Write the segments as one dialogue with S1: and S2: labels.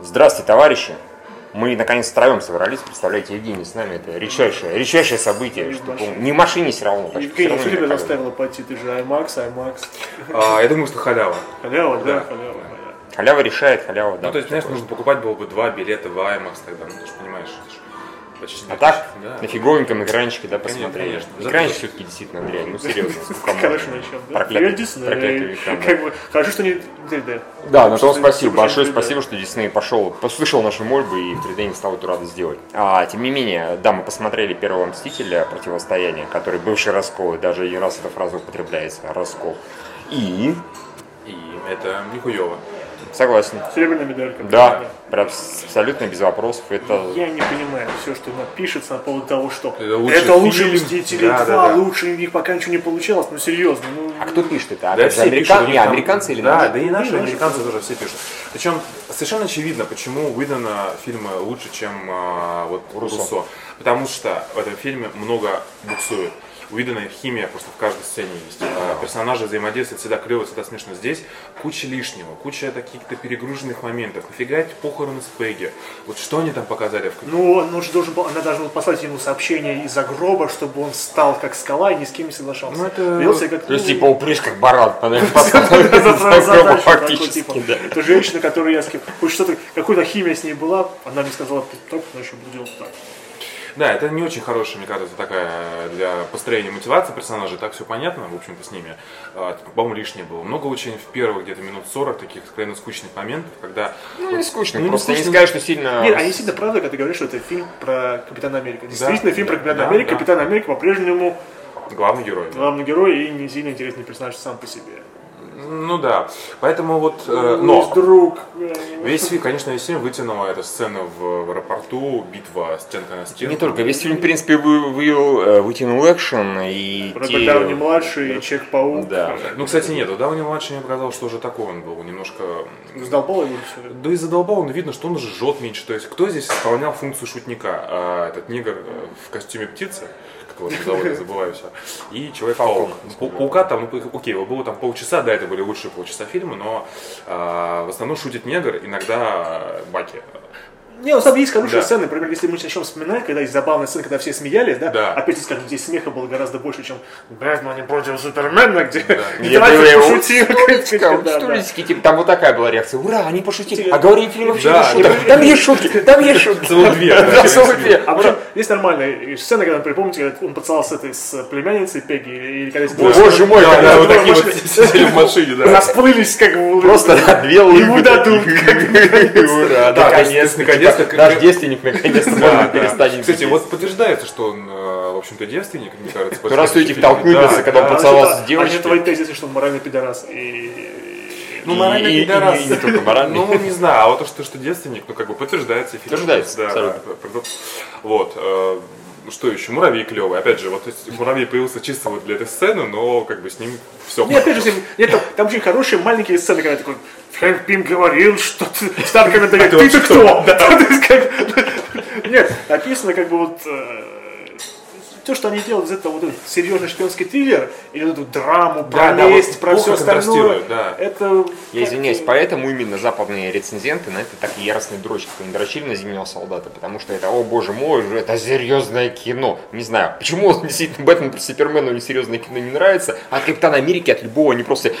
S1: Здравствуйте, товарищи! Мы наконец втроем собрались, представляете, Евгений с нами, это редчайшее, редчайшее событие, что по-моему, не в машине все равно, почти всё
S2: Евгений,
S1: равно
S2: что
S1: не
S2: тебя
S1: доходило.
S2: заставило пойти? Ты же IMAX, IMAX.
S3: А, я думаю, что халява.
S2: Халява, да?
S3: Да.
S2: Халява, халява.
S1: Халява решает, халява, да.
S3: Ну, то есть, знаешь, нужно покупать было бы два билета в IMAX тогда, ну, ты же понимаешь, это ж почти...
S1: А так,
S3: Да.
S1: на фиговеньком экранчике, да,
S3: Конечно,
S1: посмотрели.
S3: конечно. Зато-
S1: Экранчик все-таки действительно, Андрей, ну серьезно, сколько можно.
S2: Хорошо начал, да?
S1: Проклятый-
S2: Привет, Дисней.
S1: проклятый экран, да.
S2: Как бы, хорошо, что не 3D.
S1: Да, на то
S2: Что-
S1: спасибо.
S2: что-
S1: Большое
S2: что-
S1: спасибо, что Дисней пошел, послышал наши мольбы и в 3D не стал эту радость делать. А, тем не менее, да, мы посмотрели первого Мстителя «Противостояние», который бывший раскол, и даже один раз эта фраза употребляется, раскол. И,
S3: И это нихуево.
S1: согласен,
S2: Серебряная медалька.
S1: да, прям с- абсолютно без вопросов, это...
S2: Я не понимаю все, что напишется на поводу того, что
S3: Это лучший
S2: это лучше
S3: фильм.
S2: «Мстители 2»,
S3: Да, да, да.
S2: лучше у них пока ничего не получалось, ну серьезно. Ну,
S1: А кто пишет это?
S3: Да,
S1: Опять же,
S3: все
S1: америка-
S3: пишут, у них
S1: не,
S3: там-
S1: американцы или
S3: да,
S1: наши?
S3: Да, и наши,
S2: наши.
S3: американцы тоже все пишут. Причем совершенно очевидно, почему у Уидона фильмы лучше, чем а, вот Руссо. Потому что в этом фильме много буксует. У Уидона химия просто в каждой сцене есть. А, Персонажи взаимодействуют всегда клево, всегда смешно. Здесь куча лишнего, куча таких-то перегруженных моментов. Нафига эти похороны с Пегги? Вот что они там показали? в-
S2: Ну, он, он же должен был, она должна была послать ему сообщение из-за гроба, чтобы он встал как скала и ни с кем не соглашался.
S3: Ну, это-
S2: Вел себя как...
S1: То есть,
S2: ну,
S1: типа, упрешь как баран, она их поставила
S2: за- за- за-
S1: знакомо
S2: задачу,
S1: фактически,
S2: такой, типа,
S1: да.
S2: Это женщина, которую я с кем... Хоть что-то, какой-то химия с ней была, она мне сказала, ты так, значит, буду делать так.
S3: Да, это не очень хорошая, мне кажется, такая для построения мотивации персонажей. Так все понятно, в общем-то, с ними. А, По-моему, лишнее было. Много очень в первых где-то минут 40 таких откровенно скучных моментов, когда...
S1: Ну, не скучно,
S3: Ну, не
S1: просто я не
S3: скучно.
S1: скажу, что сильно...
S2: Нет, а действительно правда, когда ты говоришь, что это фильм про Капитана Америка. Действительно, фильм про Капитана
S3: да,
S2: Америка.
S3: да.
S2: Капитан Америка по-прежнему
S3: Главный герой. да.
S2: главный герой и не сильно интересный персонаж сам по себе.
S3: Ну да. Поэтому вот... э,
S2: Ну, есть
S3: Но
S2: друг. э,
S3: весь фильм, конечно, весь фильм вытянула эта сцена в, в аэропорту, битва стенка на стенку.
S1: Не только. Весь фильм, в принципе, вы- вывел, э, вытянул экшен и
S2: Роберт
S1: те-
S2: Дауни младший, Чек-паук.
S1: Да.
S3: Ну, кстати, нет, у Дауни младший мне показалось, что уже такой он был, немножко...
S2: Сдолбал его все.
S3: Да и задолбал, он видно, что он жжет меньше. То есть, кто здесь исполнял функцию шутника? А, этот негр э, в костюме птицы, как его там зовут, я забываю все. И Человек-паук. Пау- Паука там, ну, окей, его было там полчаса, да, это были лучшие полчаса фильма, но а, в основном шутит негр, иногда э, Баки.
S2: Не, ну там есть хорошие
S3: Да.
S2: сцены, например, если мы начнем вспоминать, когда есть забавная сцена, когда все смеялись, да?
S3: Да.
S2: Опять же скажем, здесь смеха было гораздо больше, чем Бэтмен против Супермена, где
S1: Я
S2: Дракс
S1: говорю,
S2: пошутил.
S1: «Устроились-ка,
S2: Да, да.
S1: устроились-ки». Типа, Там вот такая была реакция. Ура, они пошутили.
S2: Да.
S1: А говорили фильм вообще
S3: Да,
S1: не шутки. Там есть шутки, там есть шутки.
S3: Целых две, да,
S1: Да, целых
S3: две.
S1: две.
S2: А потом есть нормальная э, сцена, когда, например, помните, когда он поцеловал с этой с племянницей Пегги, или когда есть
S1: Боже мой,
S3: да,
S1: когда
S3: да,
S1: вы
S3: вот такие вот
S2: машине-
S3: сидели в машине, да.
S2: расплылись, как бы,
S1: Просто да, две улыбки.
S2: дадут,
S1: такие. Ура, да,
S3: Да,
S1: конечно.
S3: наконец-то,
S1: типа,
S3: как-
S1: Наш девственник наконец-то
S3: Да,
S1: может
S3: да.
S1: перестанет.
S3: Кстати,
S1: быть.
S3: вот подтверждается, что он, э, в общем-то, девственник, мне кажется.
S1: Ну, раз у этих толкуется,
S3: Да,
S1: когда он
S3: да.
S1: поцеловался с
S2: девушкой. А
S1: девочкой.
S2: же твои тезисы, что он моральный пидорас. И...
S3: Ну,
S1: И-
S3: моральный
S1: и- и-
S3: пидорас.
S1: и не только моральный.
S3: Ну, не знаю, а вот то, что, что девственник, ну, как бы подтверждается. и фильм.
S1: Подтверждается,
S3: Да,
S1: абсолютно.
S3: да. Вот. э, Что еще? Муравей клевый. Опять же, вот то есть муравей появился чисто вот для этой сцены, но как бы с ним все.
S2: Нет, Ну, опять же, Зим, нет, там, там очень хорошие маленькие сцены, когда такой Фрэнк Пим говорил, что ты Старк это говорит,
S3: вообще
S2: ты-то кто? То есть, как- Нет, написано как бы вот э, то, что они делают из этого вот этот серьезный шпионский триллер, или вот эту драму про
S3: Да, да, вот
S2: месть, про
S3: плохо
S2: все остальное,
S3: контрастируют, да.
S2: это...
S1: Я
S2: как-
S1: извиняюсь, поэтому именно западные рецензенты на это так яростно дрочат, они дрочили на «Зимнего солдата», потому что это, о боже мой, же это серьезное кино. Не знаю, почему действительно Бэтмен против Супермена не серьезное кино не нравится, а от Капитана Америки, от любого они просто...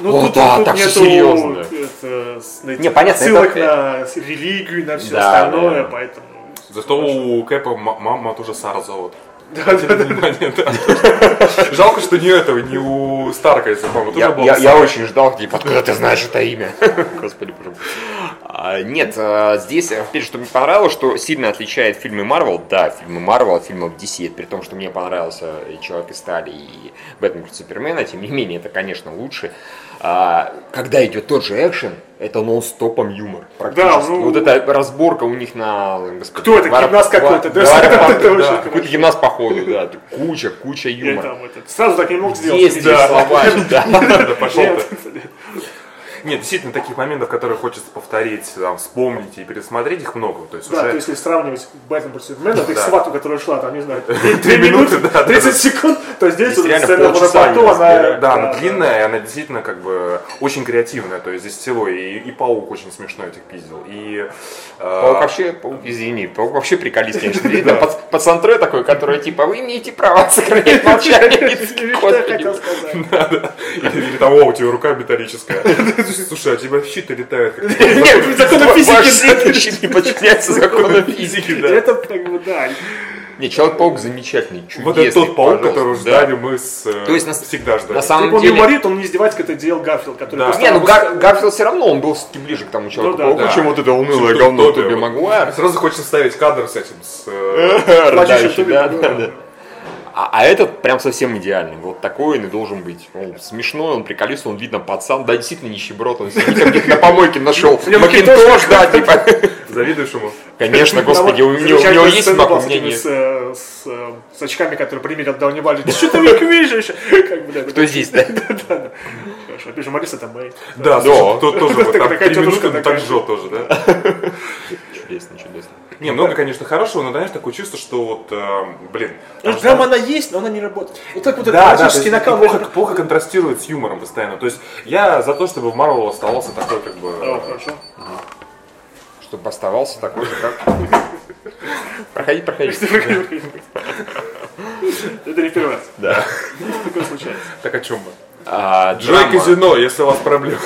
S2: Ну,
S1: О,
S2: тут,
S1: да,
S2: тут
S1: так всё
S2: нету,
S1: серьезно.
S2: это, с-
S1: Не, понятно, это- э,
S2: ссылок на с- религию, на все
S1: Да,
S2: остальное,
S1: да.
S2: поэтому...
S3: Зато у Кэпа ма- мама тоже Сара зовут.
S2: Да, да, да.
S3: Внимание, да. Жалко, что не этого, не у Старка, если бы мама тоже
S1: Я,
S3: была
S1: я-
S3: бы
S1: я
S3: Сара.
S1: очень ждал, типа, откуда ты знаешь это имя? Господи, боже мой. А, Нет, а, здесь, опять же, что мне понравилось, что сильно отличает фильмы Марвел, да, фильмы Марвел от фильмов DC, это при том, что мне понравился и Человек из Стали и Бэтмен против Супермена, тем не менее, это, конечно, лучше. А, Когда идет тот же экшен, это нон-стопом юмор практически.
S2: ну-
S1: Вот эта разборка у них на... господи,
S2: Кто это?
S1: в аэроп-
S2: Гимнаст
S1: в-
S2: какой-то,
S1: в
S2: да?
S1: аэропорту,
S2: Это очень
S1: да,
S2: хорошо.
S1: Какой-то гимнаст, походу, да. Куча, куча
S2: Я
S1: юмора.
S2: там это- Сразу так не мог сделать.
S1: Есть здесь
S2: Да.
S1: слова, да.
S3: Да пошел ты.
S2: Нет.
S3: Нет, действительно, таких моментов, которые хочется повторить, там, вспомнить и пересмотреть, их много. То есть
S2: Да,
S3: уже...
S2: то есть, если сравнивать Бэтмен против Супермена, то их
S3: Да.
S2: свату, которая шла, там, не знаю, 3
S3: Три
S2: минуты,
S3: минуты, да, да,
S2: 30 секунд, то здесь
S1: Здесь
S2: вот э,
S1: реально
S2: сцена в
S1: полчаса
S2: аэропорту,
S1: именно
S2: она...
S1: разбирают.
S3: Да, она длинная, и она действительно как бы очень креативная. То есть здесь всего и, и паук очень смешной этих пиздил. И
S1: Паук
S3: э,
S1: вообще, паук, А, извини, паук вообще приколист, конечно. Видно, пац- пацан-трое такой, который типа, вы имеете право сохранять молчание.
S2: Что я хотел
S1: Господи.
S2: сказать?
S3: или там, о, у тебя рука металлическая. Слушай, а у тебя щиты летают. как
S1: Нет,
S2: законы
S1: ва-
S2: физики.
S1: ваш сильный щит не подчиняется закону физики.
S3: Да.
S2: Это, как бы, да,
S1: Не, Человек-паук замечательный, чудесный.
S3: Вот это тот паук,
S1: пожалуйста,
S3: которого
S1: да.
S3: ждали мы с... э,
S1: То есть на-
S3: всегда ждали.
S1: на самом-
S2: Типа он не
S1: деле-
S2: уморит, он не издевается, как это делал Гарфилд, который
S3: Да.
S2: просто...
S1: Не, ну Гар- Гарфилд все равно, он был все-таки ближе к тому человеку.
S2: да,
S1: пауку
S3: да.
S1: чем вот это унылое
S3: Чем
S1: говно
S3: Тоби
S1: Тоби
S3: вот.
S1: Магуайр.
S3: Сразу хочется ставить кадр с этим, с... э,
S2: Плачущий
S1: Рыдающий,
S2: Тоби
S1: да,
S2: Магуайр.
S1: да, да. А, а этот прям совсем идеальный. Вот такой он и должен быть. Он смешной, он приколюсь, он видно пацан. Да, действительно нищеброд. Он сидит там где-то на помойке нашел. Макинтош, да, типа.
S3: Завидуешь ему?
S1: Конечно,
S2: Там
S1: господи,
S2: вот
S1: у меня- у
S2: замечательная
S1: него есть
S2: сцена
S1: собака,
S2: была
S1: у
S2: с
S1: меня
S2: этими
S1: нет.
S2: С, э, с, э, с очками, которые примерил Дауни Бальди. Что ты их видишь? Как, бля,
S1: Кто здесь, да?
S2: Хорошо, опять же, Мариса там Мэй.
S3: Да, слушай, тот тоже вот там
S2: Такая
S3: три
S2: тетушка
S3: минуты, но так
S2: такая.
S3: жжет тоже, да?
S1: Чудесно, чудесно.
S3: Не, много, конечно, хорошего, но, знаешь, такое чувство, что вот, э, блин...
S2: Ну,
S3: там
S2: Там она есть, но она не работает. Вот так вот этот
S3: Да, да, то
S2: классический
S3: есть
S2: накал.
S3: плохо, плохо контрастирует с юмором постоянно. То есть я за то, чтобы в Марвел оставался такой, как бы...
S2: Да, хорошо.
S1: Чтобы оставался такой же, как... Проходи, проходи.
S2: Это не первый раз.
S1: Да.
S2: Такое случается.
S3: Так о чем мы?
S1: А,
S3: Джой
S1: драма.
S3: Казино, если у вас проблемы.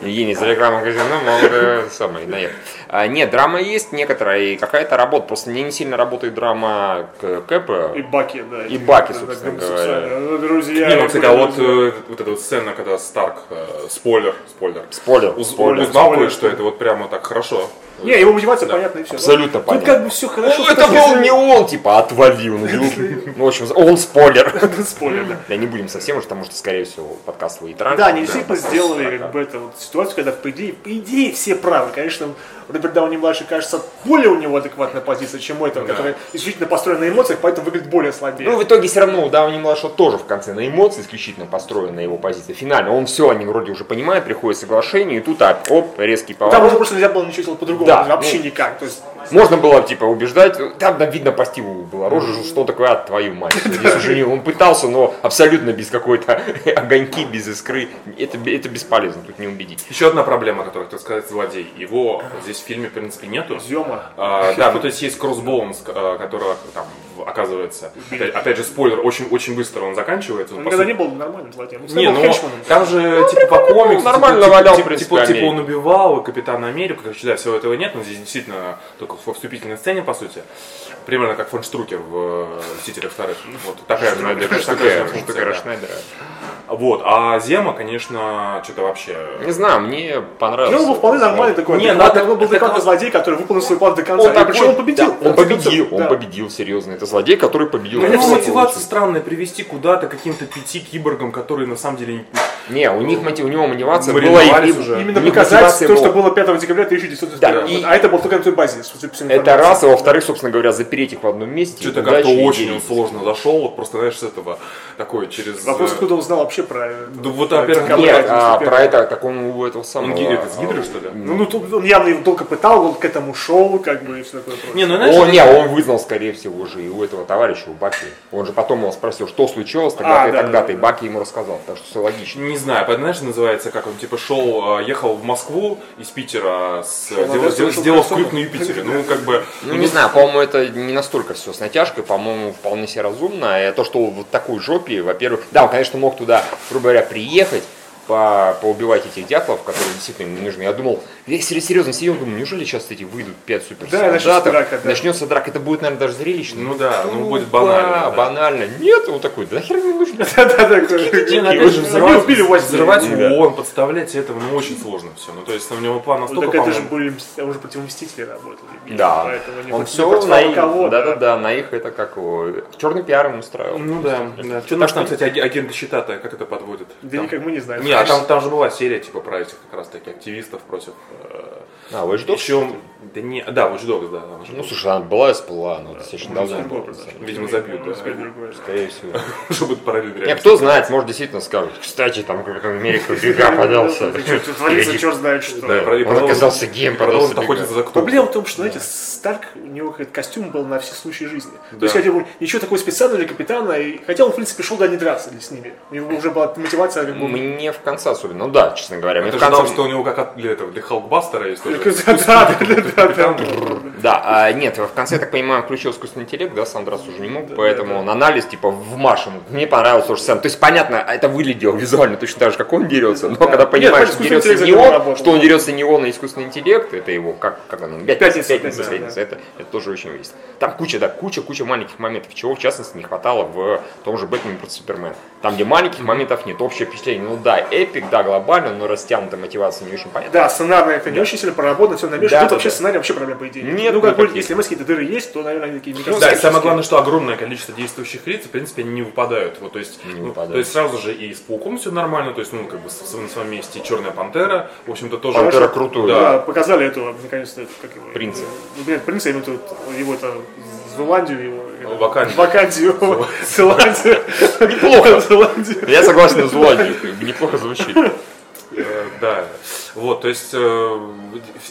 S1: Евгений за рекламу казино, мол, э, самый, наехал. А, Нет, драма есть некоторая, и какая-то работа. Просто мне не сильно работает драма к- Кэпа.
S2: И Баки, да.
S1: И Баки, собственно
S2: говоря. Друзья.
S3: Не, ну, кстати, а
S2: блин,
S3: вот э, вот эта вот сцена, когда Старк, э, спойлер, спойлер,
S1: Спойлер.
S3: уз-
S1: спойлер.
S3: узнал
S2: спойлер.
S3: кое-что, это вот прямо так хорошо.
S2: Не, его мотивация понятна и все.
S1: Абсолютно
S2: Тут
S1: понятно.
S2: как бы все хорошо.
S1: Ну, это был не он, типа, отвалил. Ну, В общем, он спойлер.
S2: Спойлер, да.
S1: Да не будем совсем, уж, потому что, скорее всего, подкаст выйдет раньше.
S2: Да, они действительно сделали как бы эту вот ситуацию, когда по идее, по идее все правы. Конечно, Роберт Дауни младший кажется более у него адекватная позиция, чем у этого,
S3: Да.
S2: который исключительно построен на эмоциях, поэтому выглядит более слабее.
S1: Ну, в итоге все равно у Дауни младшего тоже в конце на эмоции исключительно построена его позиция. Финально он все, они вроде уже понимают, приходит соглашение, и тут а, оп, резкий поворот.
S2: Там уже просто нельзя было ничего делать по-другому,
S1: ну, Да,
S2: вообще
S1: ну.
S2: никак. То есть,
S1: Можно было, типа, убеждать. Там, там видно, по Стиву была рожа, что он такой, а, твою мать. Здесь уже не- он пытался, но абсолютно без какой-то огоньки, без искры. Это, это бесполезно, тут не убедить.
S3: Еще одна проблема, которую хотел сказать, злодей. Его здесь в фильме, в принципе, нету.
S2: Зёма.
S3: А, да, ну то есть есть Кроссбоунс, э, которого там в- оказывается, опять, опять же спойлер, очень очень быстро он заканчивается. Он,
S2: он
S3: по
S2: никогда
S3: сути-
S2: не был нормальным злодеем. Он
S3: не,
S2: всегда был
S3: ну
S2: хенчменом.
S3: там же типа по комиксу
S1: нормально
S3: типа,
S1: валял, в
S3: типа,
S1: принципе,
S3: типа, типа он
S1: Америку.
S3: убивал и Капитана Америку, короче, да, всего этого нет, но здесь действительно только во вступительной сцене, по сути, примерно как фон Штрукер в э, «Мстителях вторых». Вот такая же, наверное, такая же функция, да. Вот, а Зема, конечно, что-то вообще
S1: Не знаю, мне понравилось.
S2: Ну, он был вполне нормальный такой.
S3: Не,
S2: Не,
S3: надо-
S2: он был адекватный
S3: это-
S2: злодей, который выполнил свой план до конца. И
S1: такой-
S2: причем он победил.
S1: да, он
S2: в конце
S1: победил,
S2: концов,
S1: он
S2: да.
S1: победил, серьезно. Это злодей, который победил.
S3: У
S1: Это
S3: него
S1: всё
S3: Ну, мотивация
S1: получилось.
S3: странная привести куда-то каким-то пяти киборгам, которые на самом деле...
S1: Не, у них мотив, у него мотивация была
S3: Мариновались
S1: и- и-
S3: уже.
S2: Именно
S1: у них
S2: показать
S1: мотивация
S2: то, что
S1: была.
S2: было 5 декабря 1900
S1: Да,
S2: года.
S1: и-
S2: А это было только на той базе. судя по всему,
S1: Это
S2: информации.
S1: раз, а во-вторых, собственно говоря, запереть их в одном месте.
S3: Что-то
S1: и удачи,
S3: как-то
S1: и
S3: очень он
S1: делитесь.
S3: сложно зашел, вот просто, знаешь, с этого, такое через...
S2: Вопрос,
S3: э,
S2: откуда он знал вообще про... это.
S3: Да вот, во-первых,
S2: Про
S1: Нет,
S2: декабрь
S1: а
S2: 91-го.
S1: про это, так он у этого самого...
S3: Он гидрит, с гидрой, что ли?
S2: Ну, ну, тут он явно его долго пытал, он к этому шел, как бы, и все такое прочее.
S3: Не, ну знаешь,
S1: О, не, он вызнал, скорее всего, же и у этого товарища, у Баки. Он же потом его спросил, что случилось,
S2: А,
S1: тогда-то и
S2: да,
S1: тогда-то,
S2: да,
S1: и Баки ему рассказал, так что все логично.
S3: не знаю, поэтому, знаешь, называется, как он, типа, шел, э, ехал в Москву из Питера, с,
S2: на
S3: сделал,
S2: Одессу,
S3: сделал-
S2: шел
S3: сделал
S2: красота.
S3: крюк на Юпитере, ну, как бы...
S1: Ну, не знаю, по-моему, это не настолько все с натяжкой, по-моему, вполне себе разумно. И То, что он вот такой жопе, во-первых, да, он, конечно, мог туда, грубо говоря, приехать, по- поубивать этих дятлов, которые действительно ему не нужны. Я думал, я сер- серьезно сидел, думаю, неужели сейчас эти выйдут пять суперсолдатов,
S2: начнется драка, да.
S1: начнется драка, это будет, наверное, даже зрелищно.
S3: Ну да, ну, будет
S1: Тупо,
S3: банально, да.
S1: Банально. Нет, он такой, да хер не нужно.
S2: Да-да-да.
S3: Не, ну,
S2: Они
S3: опять же,
S2: убили
S3: взрывать,
S2: Вася.
S3: взрывать
S2: Ну,
S1: да.
S3: ООН, подставлять этого, ну, очень сложно все. Ну, то есть, у него план
S2: Ну,
S3: настолько,
S2: так это же
S3: по-моему,
S2: были, а мс- он же против Мстителей работал. именно,
S1: Да,
S2: поэтому не
S1: он
S2: против-
S1: все
S2: не против
S1: на
S2: кого,
S1: их, да, да,
S2: да.
S1: да, на их это как его, черный пиар ему устраивал.
S3: Ну да, да. Что наш там, кстати, аги- агенты щита-то, как это подводит?
S2: Да
S3: Там-
S2: никак мы не знаем.
S3: Не, Не, а там, там же была серия типа про этих как раз таки активистов против... э,
S1: А, Watch Dogs?
S3: Еще... Да, не, а, да, Watch Dogs, да. там же
S1: Ну,
S3: был.
S1: слушай, она была и сплыла, но достаточно давно
S2: Другой
S1: было,
S2: просто.
S3: Ну Видимо, забьют, да.
S2: Теперь другой.
S1: скорее всего.
S3: Уже будет параллель
S1: Не,
S3: реально.
S1: кто знает, может, действительно скажут. Кстати, там как-то Америка бега подался.
S2: Ты Ну, чё, тут творится,
S1: Или-
S2: черт знает что.
S3: Да, и про- и
S1: Он
S3: продолжит-
S1: оказался геем, продался
S3: продолжит
S1: бега.
S3: охотиться за кто.
S2: Проблема в том, что, знаете, Старк, у него как костюм был на все случаи жизни. То
S3: Да.
S2: есть, хотя бы ничего такого специального для капитана, и, хотя он, в принципе, шел да не драться с ними. У него уже была мотивация как бы,
S1: Мне в конце особенно, ну да, честно говоря, мне
S3: Это
S1: в
S3: же
S1: конце...
S3: то, что у него как от, для этого, для Халкбастера есть тоже.
S2: Да, да, да, да, да.
S1: Да, а, нет, в конце, я так понимаю, включил искусственный интеллект, да, сам драться уже не мог, поэтому он анализ, типа, в Машем. Мне понравился тоже сам. То есть, понятно, это выглядело визуально точно так же, как он дерется, но
S2: Да.
S1: когда
S2: Нет,
S1: понимаешь,
S2: там
S1: что
S2: искусственный
S1: дерется не
S2: интеллект этого
S1: он,
S2: работал.
S1: что он дерется не он, а искусственный интеллект, это его, как, как оно, пятница,
S2: Пятница,
S1: пятница,
S2: да,
S1: пятница,
S2: да.
S1: это, это тоже очень весело. Там куча, да, куча-куча маленьких моментов, чего, в частности, не хватало в том же Бэтмене против Супермена. Там, где маленьких моментов нет, общее впечатление, ну да, эпик, да, глобально, но растянутая мотивация не очень понятна.
S2: Да, сценарный это не очень сильно проработано, все намешано.
S1: Да,
S2: Ну, Тут
S1: да,
S2: вообще
S1: да.
S2: сценарий вообще проблем, по идее.
S1: Нет Ну,
S2: ну, как бы,
S1: никаких.
S2: если мысли какие-то дыры есть, то, наверное, они такие
S3: Да, и
S2: микроскопические.
S3: самое главное, что огромное количество действующих лиц, в принципе, они не выпадают. Вот, то, есть,
S1: Не
S3: ну,
S1: выпадают.
S3: то есть сразу же и с пауком все нормально, то есть, ну, как бы с- с- на своем месте и Черная Пантера, в общем-то, тоже.
S1: Пантера крутую,
S3: Да.
S2: Да, показали этого, наконец-то, это, как его?
S1: Принца.
S2: э, Нет, принца, ему тут, его там, Зеландию его. э,
S3: Вакандию.
S2: Вакандию. Зеландию.
S1: Неплохо.
S2: Зеландию.
S1: Я согласен с Влади, неплохо звучит.
S3: Э, да. Вот, то есть, э,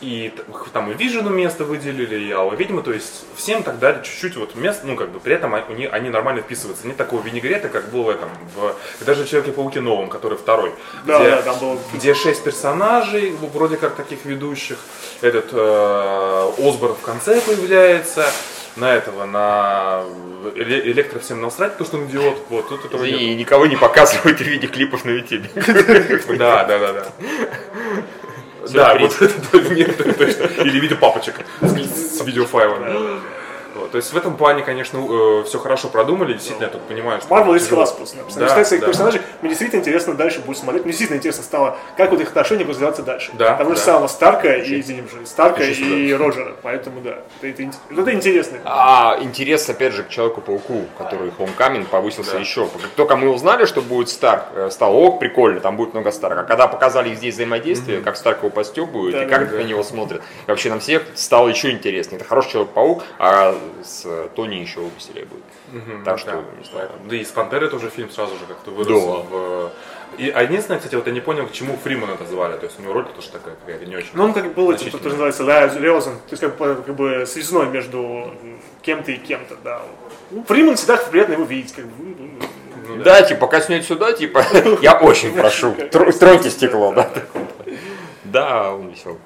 S3: и т- там и Вижену место выделили, и Алла Ведьма, то есть, всем так дали чуть-чуть вот мест, ну, как бы, при этом они, у них- они нормально вписываются. Нет такого винегрета, как было в этом, в- даже в Человеке-пауке новом, который второй.
S2: Да,
S3: где-
S2: да, там был
S3: где шесть персонажей, ну, вроде как таких ведущих. Этот э, Осборн в конце появляется, на этого, на э, эле- электро всем насрать, потому что он идиот. Вот, тут этого нет.
S1: И никого не показывают в виде клипов на YouTube.
S3: Да, да, да, да. Да,
S1: Сюрприз.
S3: вот это нет, это точно. Или видео папочек с с видеофайлами. Вот, То есть в этом плане, конечно, все хорошо продумали. Действительно, я тут понимаю, что...
S2: Марвел есть
S3: тяжело.
S2: класс просто. написано.
S3: Да,
S2: Читать своих
S3: да.
S2: персонажей. Мне действительно интересно дальше будет смотреть. Мне действительно интересно стало, как вот их отношения будут развиваться дальше.
S3: Да,
S2: Того же
S3: да.
S2: самого Старка и, извините, же, Старка
S3: Еще сюда.
S2: и Роджера. Поэтому да, это, это, инте- вот это интересно.
S1: А интерес, опять же, к Человеку-пауку, который Homecoming повысился еще. Как только мы узнали, что будет Старк, э, стало, ок, прикольно, там будет много Старка. А когда показали их здесь взаимодействие, как Старк его постебует,
S2: Да,
S1: и как
S2: да,
S1: на него смотрят, и вообще нам всех стало еще интереснее. Это хороший Человек-паук, а с э, Тони еще веселее будет. Так что,
S3: Да.
S1: не знаю.
S3: Да и с Пантеры тоже фильм сразу же как-то вырос
S1: Да.
S3: в... И а единственное, кстати, вот я не понял, к чему Фримана это звали. То есть у него роль тоже такая какая-то не очень.
S2: Ну, он как был этим,
S3: Значительно.
S2: что тоже называется, да, Леозен, то есть как, бы- как бы связной между м, кем-то и кем-то, да. Ну, Фриман всегда приятно его видеть, как бы. ну, м, м.
S1: Да, типа, коснет сюда, типа, я очень прошу, тро- троньте стекло, да. Да, он веселый.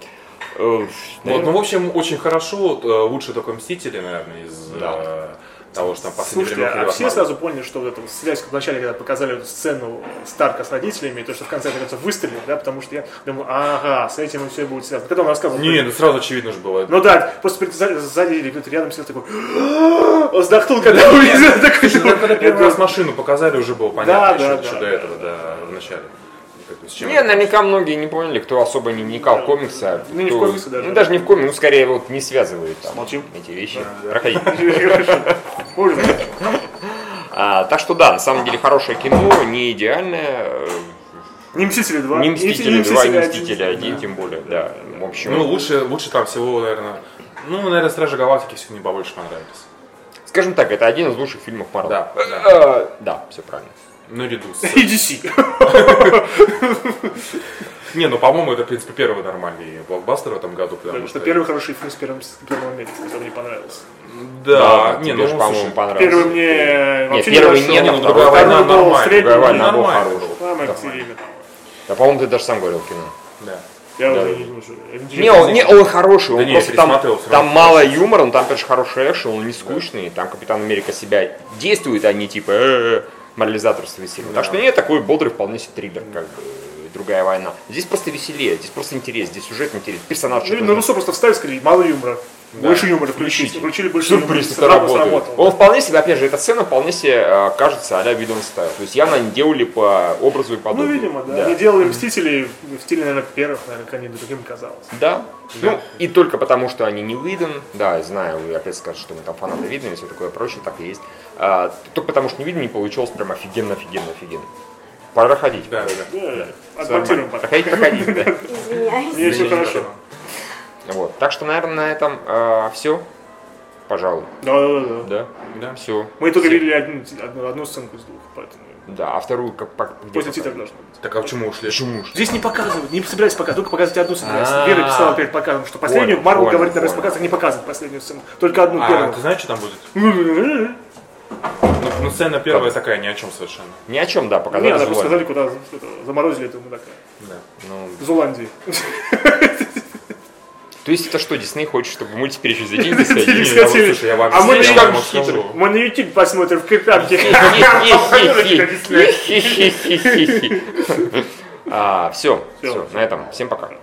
S1: Э,
S3: Вот, ну, в общем, очень хорошо. э, Лучше только Мстители, наверное, из э, того, что там в последнее
S2: Слушайте,
S3: время
S2: а
S3: было от
S2: все
S3: Marvel.
S2: сразу поняли, что вот эта вот связь, вначале, когда показали эту сцену Старка с родителями, и то, что в конце, кажется, выстрелил, да, потому что я думал, ага, с этим и все будет связано. Когда он рассказывал,
S3: Не, ну сразу очевидно же было.
S2: Ну да, просто перед- за- сзади или кто-то рядом сидел такой, «Ааа!» вздохнул, когда увидел такой.
S3: Ну, когда первый раз
S2: думаю,
S3: машину показали, уже было понятно,
S2: да,
S3: еще,
S2: да,
S3: еще
S2: да,
S3: до этого, да, в начале. Как бы с чем
S1: Не, наверняка многие не поняли, кто особо не вникал в комиксы. а
S2: Ну, не в
S1: кто-
S2: комиксы даже.
S1: Ну, даже не в комиксы, ну, скорее, вот не связывают там
S2: Молчим.
S1: эти вещи. Проходи.
S2: «Можно?»
S1: А, так что да, на самом деле хорошее кино, не идеальное. э,
S2: Не Мстители 2.
S1: Не «Мстители 2», не
S2: один.
S1: «Мстители 1», тем более, да. В общем,
S3: Ну, лучше, лучше там всего, наверное, ну, наверное, Стражи Галактики все мне побольше понравились.
S1: скажем так, это один из лучших фильмов Марвел.
S3: Да, да.
S1: Да. Да, все правильно.
S3: Ну, Редус.
S2: И DC.
S3: Не, ну, по-моему, это, в принципе, первый нормальный блокбастер в этом году, потому
S2: Потому что
S3: что...
S2: первый хороший фильм с первым, с первым моментом, который мне понравился.
S3: Да, не,
S1: тебе
S3: ну,
S1: ж, по-моему,
S3: слушай,
S1: понравился.
S2: Первый мне вообще не
S1: первый
S2: нравился.
S1: нет,
S3: не,
S1: а
S3: ну,
S1: второй
S3: другая война
S2: был
S3: нормально,
S2: средний,
S1: другая война
S3: нормально
S1: был
S3: был.
S1: хороший.
S2: Самое активное.
S1: Да, по-моему, ты даже сам говорил в кино.
S3: да.
S2: Я
S1: Да.
S2: уже не нужен.
S1: Не, он, не, он хороший, он
S3: Да не,
S1: просто
S3: я
S1: там,
S3: пересмотрел всё
S1: там
S3: равно.
S1: мало юмора, но там, конечно, хороший экшен, он не скучный, там Капитан Америка себя действует, а не типа э, морализаторство весело. Так что нет, такой бодрый вполне себе триллер, как бы, и другая война. Здесь просто веселее, здесь просто интерес, здесь сюжет интересен, персонаж
S2: Ну,
S1: что-то
S2: ну, Руссо просто вставили, сказали, мало юмора. Больше юмора включите.
S1: Включите.
S2: Включили больше юмора.
S1: Сюрприз, это
S2: Сразу
S1: работает.
S2: сработало.
S1: Он вполне себе, опять же, эта сцена вполне себе э, кажется а-ля Видон Стайл. То есть явно они делали по образу и
S2: Ну,
S1: подобию.
S2: видимо, да. Они делали Мстители в стиле, наверное, первых, наверное, как они другим казалось.
S1: Да. Ну, и только потому, что они не Уидон. Да, я знаю, вы опять скажете, что мы там фанаты Уидона и все такое прочее, так и есть. А, только потому, что не Уидон не получилось прям офигенно, офигенно, офигенно. Пора ходить.
S3: Да, да, да.
S2: Да, Отмонтируем потом.
S1: Проходить, проходить, да.
S2: Мне
S3: Извини,
S2: все хорошо.
S3: пожалуйста.
S1: Вот. Так что, наверное, на этом все. Пожалуй.
S2: Да, да, да, да.
S1: Да.
S3: Да.
S1: Все.
S2: Мы только видели одну, одну, одну сценку из двух, поэтому
S1: Да, а вторую как по- где
S2: после
S1: показать?
S2: титра должно быть.
S3: Так а почему ушли?
S1: Почему ж?
S2: Здесь не показывают, не собирались показывать, только показывать одну собирались.
S1: А-а-а.
S2: Вера писала перед показом, что последнюю,
S1: Понял,
S2: Марвел
S1: понял,
S2: говорит на
S1: понял.
S2: распоказах, не показывает последнюю сцену, только одну
S3: А, ты
S2: первую. ну,
S3: знаешь, что там будет?
S2: Не,
S3: Ну, ну, сцена первая такая, ни о чем совершенно.
S1: Ни о чем, да, показали.
S2: она
S1: желание.
S2: просто сказали, куда это, заморозили этого мудака.
S3: Да.
S1: Ну,
S2: Зуландии.
S1: то есть это что, Дисней хочет, чтобы мы теперь через деньги
S2: Не
S1: соединили?
S3: я вот,
S2: сходили.
S3: слушай, я вообще-
S2: А мы
S3: я
S2: же
S3: вам
S2: как
S3: расскажу.
S2: хитрый. Мы на YouTube посмотрим в капке.
S1: Все, А, на этом. Всем пока.